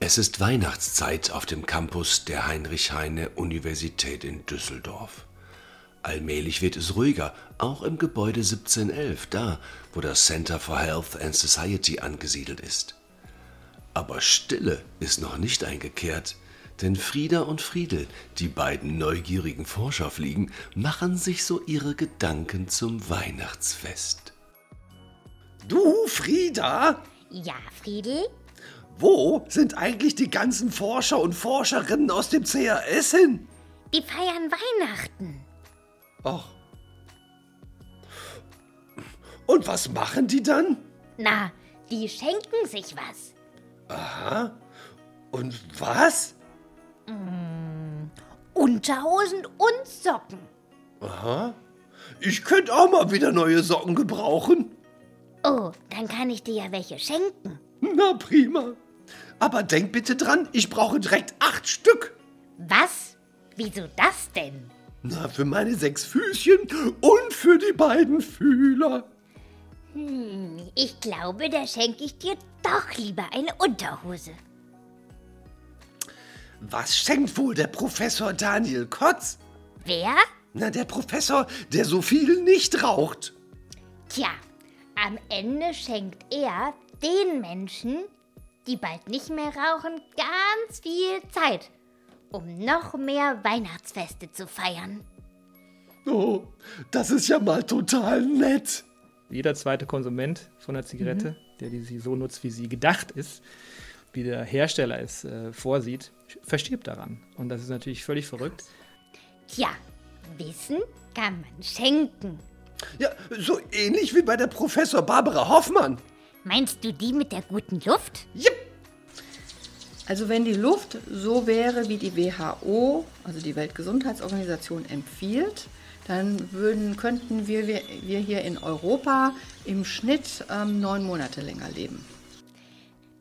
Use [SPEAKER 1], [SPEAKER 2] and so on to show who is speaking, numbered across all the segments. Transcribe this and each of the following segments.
[SPEAKER 1] Es ist Weihnachtszeit auf dem Campus der Heinrich-Heine-Universität in Düsseldorf. Allmählich wird es ruhiger, auch im Gebäude 1711, da, wo das Center for Health and Society angesiedelt ist. Aber Stille ist noch nicht eingekehrt, denn Frieda und Friedel, die beiden neugierigen Forscherfliegen, machen sich so ihre Gedanken zum Weihnachtsfest.
[SPEAKER 2] Du, Frieda,
[SPEAKER 3] Ja, Friedel?
[SPEAKER 2] wo sind eigentlich die ganzen Forscher und Forscherinnen aus dem CAS hin?
[SPEAKER 3] Die feiern Weihnachten.
[SPEAKER 2] Ach. Und was machen die dann?
[SPEAKER 3] Na, die schenken sich was.
[SPEAKER 2] Und was?
[SPEAKER 3] Unterhosen und Socken.
[SPEAKER 2] Ich könnte auch mal wieder neue Socken gebrauchen.
[SPEAKER 3] Oh, dann kann ich dir ja welche schenken.
[SPEAKER 2] Na prima. Aber denk bitte dran, ich brauche direkt acht Stück.
[SPEAKER 3] Was? Wieso das denn?
[SPEAKER 2] Na, für meine sechs Füßchen und für die beiden Fühler.
[SPEAKER 3] Ich glaube, da schenke ich dir doch lieber eine Unterhose.
[SPEAKER 2] Was schenkt wohl der Professor Daniel Kotz?
[SPEAKER 3] Wer?
[SPEAKER 2] Na, der Professor, der so viel nicht raucht.
[SPEAKER 3] Tja, am Ende schenkt er den Menschen, die bald nicht mehr rauchen, ganz viel Zeit, um noch mehr Weihnachtsfeste zu feiern.
[SPEAKER 2] Oh, das ist ja mal total nett.
[SPEAKER 4] jeder zweite Konsument von einer Zigarette, der die sie so nutzt, wie sie gedacht ist, wie der Hersteller es äh, vorsieht, sch- verstirbt daran. Und das ist natürlich völlig verrückt.
[SPEAKER 3] Tja, Wissen kann man schenken.
[SPEAKER 2] Ja, so ähnlich wie bei der Professor Barbara Hoffmann.
[SPEAKER 3] Meinst du die mit der guten Luft?
[SPEAKER 5] Also wenn die Luft so wäre, wie die WHO, also die Weltgesundheitsorganisation, empfiehlt, dann würden, könnten wir, wir, wir hier in Europa im Schnitt ähm, neun Monate länger leben.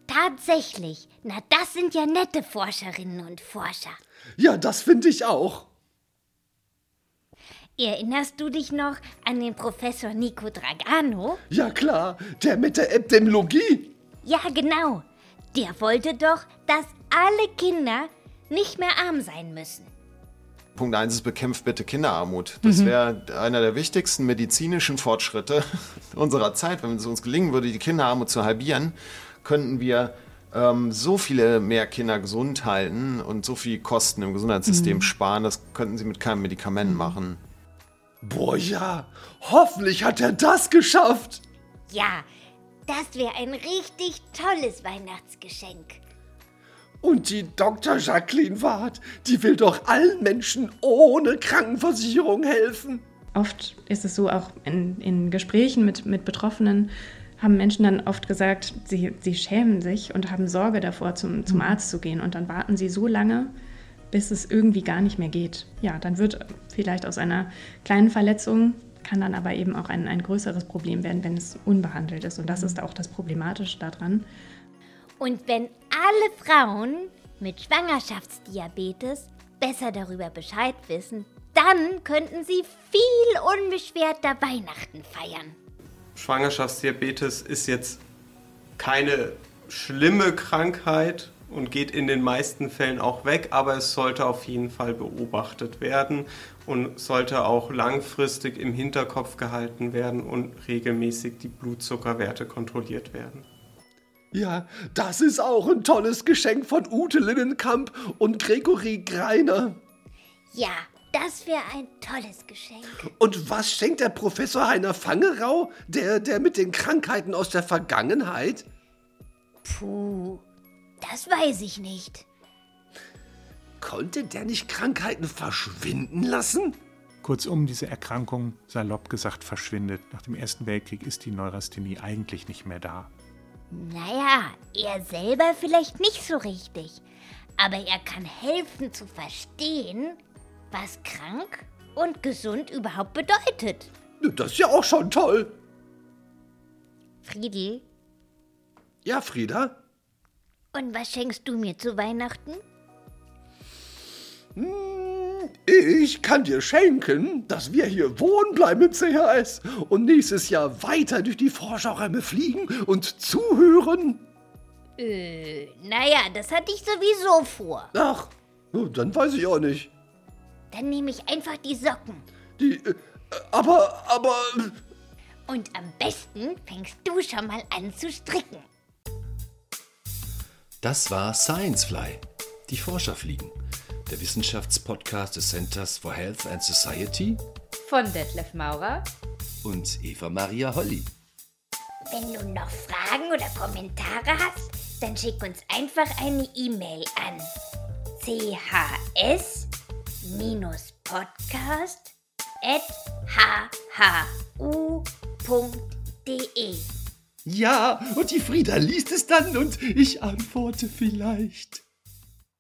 [SPEAKER 3] Tatsächlich. Na, das sind ja nette Forscherinnen und Forscher.
[SPEAKER 2] Ja, das finde ich auch.
[SPEAKER 3] Erinnerst du dich noch an den Professor Nico Dragano?
[SPEAKER 2] Ja klar, der mit der Epidemiologie.
[SPEAKER 3] Ja, genau. Der wollte doch, dass alle Kinder nicht mehr arm sein müssen.
[SPEAKER 6] Punkt 1 ist, bekämpft bitte Kinderarmut. Das wäre einer der wichtigsten medizinischen Fortschritte unserer Zeit. Wenn es uns gelingen würde, die Kinderarmut zu halbieren, könnten wir ähm, so viele mehr Kinder gesund halten und so viel Kosten im Gesundheitssystem sparen. Das könnten sie mit keinem Medikament machen.
[SPEAKER 2] Boah ja, hoffentlich hat er das geschafft.
[SPEAKER 3] Ja, das wäre ein richtig tolles Weihnachtsgeschenk.
[SPEAKER 2] Und die Dr. Jacqueline Ward, die will doch allen Menschen ohne Krankenversicherung helfen.
[SPEAKER 7] Oft ist es so, auch in, in Gesprächen mit, mit Betroffenen haben Menschen dann oft gesagt, sie, sie schämen sich und haben Sorge davor, zum, zum Arzt zu gehen. Und dann warten sie so lange, bis es irgendwie gar nicht mehr geht. Ja, dann wird vielleicht aus einer kleinen Verletzung, kann dann aber eben auch ein, ein größeres Problem werden, wenn es unbehandelt ist. Und das ist auch das Problematische daran.
[SPEAKER 3] Und wenn alle Frauen mit Schwangerschaftsdiabetes besser darüber Bescheid wissen, dann könnten sie viel unbeschwerter Weihnachten feiern.
[SPEAKER 8] Schwangerschaftsdiabetes ist jetzt keine schlimme Krankheit und geht in den meisten Fällen auch weg, aber es sollte auf jeden Fall beobachtet werden und sollte auch langfristig im Hinterkopf gehalten werden und regelmäßig die Blutzuckerwerte kontrolliert werden.
[SPEAKER 2] Ja, das ist auch ein tolles Geschenk von Ute Linnenkamp und Gregory Greiner.
[SPEAKER 3] Ja, das wäre ein tolles Geschenk.
[SPEAKER 2] Und was schenkt der Professor Heiner Fangerau, der, der mit den Krankheiten aus der Vergangenheit?
[SPEAKER 3] Puh, das weiß ich nicht.
[SPEAKER 2] Konnte der nicht Krankheiten verschwinden lassen?
[SPEAKER 9] Kurzum, diese Erkrankung, salopp gesagt, verschwindet. Nach dem Ersten Weltkrieg ist die Neurasthenie eigentlich nicht mehr da.
[SPEAKER 3] Naja, er selber vielleicht nicht so richtig. Aber er kann helfen zu verstehen, was krank und gesund überhaupt bedeutet.
[SPEAKER 2] Das ist ja auch schon toll.
[SPEAKER 3] Friedel,
[SPEAKER 2] Ja, Frieda?
[SPEAKER 3] und was schenkst du mir zu Weihnachten?
[SPEAKER 2] Ich kann dir schenken, dass wir hier wohnen bleiben im CHS und nächstes Jahr weiter durch die Forscherräume fliegen und zuhören.
[SPEAKER 3] Äh, naja, das hatte ich sowieso vor.
[SPEAKER 2] Ach, oh, dann weiß ich auch nicht.
[SPEAKER 3] Dann nehme ich einfach die Socken.
[SPEAKER 2] Die, äh, aber, aber,
[SPEAKER 3] Und am besten fängst du schon mal an zu stricken.
[SPEAKER 1] Das war Sciencefly, die Forscherfliegen, der Wissenschaftspodcast des Centers for Health and Society
[SPEAKER 10] Von Detlef Maurer.
[SPEAKER 1] und Eva Maria Holly.
[SPEAKER 3] Wenn du noch Fragen oder Kommentare hast, dann schick uns einfach eine E-Mail an chs-podcast at hhu.de e.
[SPEAKER 1] Ja, und die Frieda liest es dann und ich antworte vielleicht.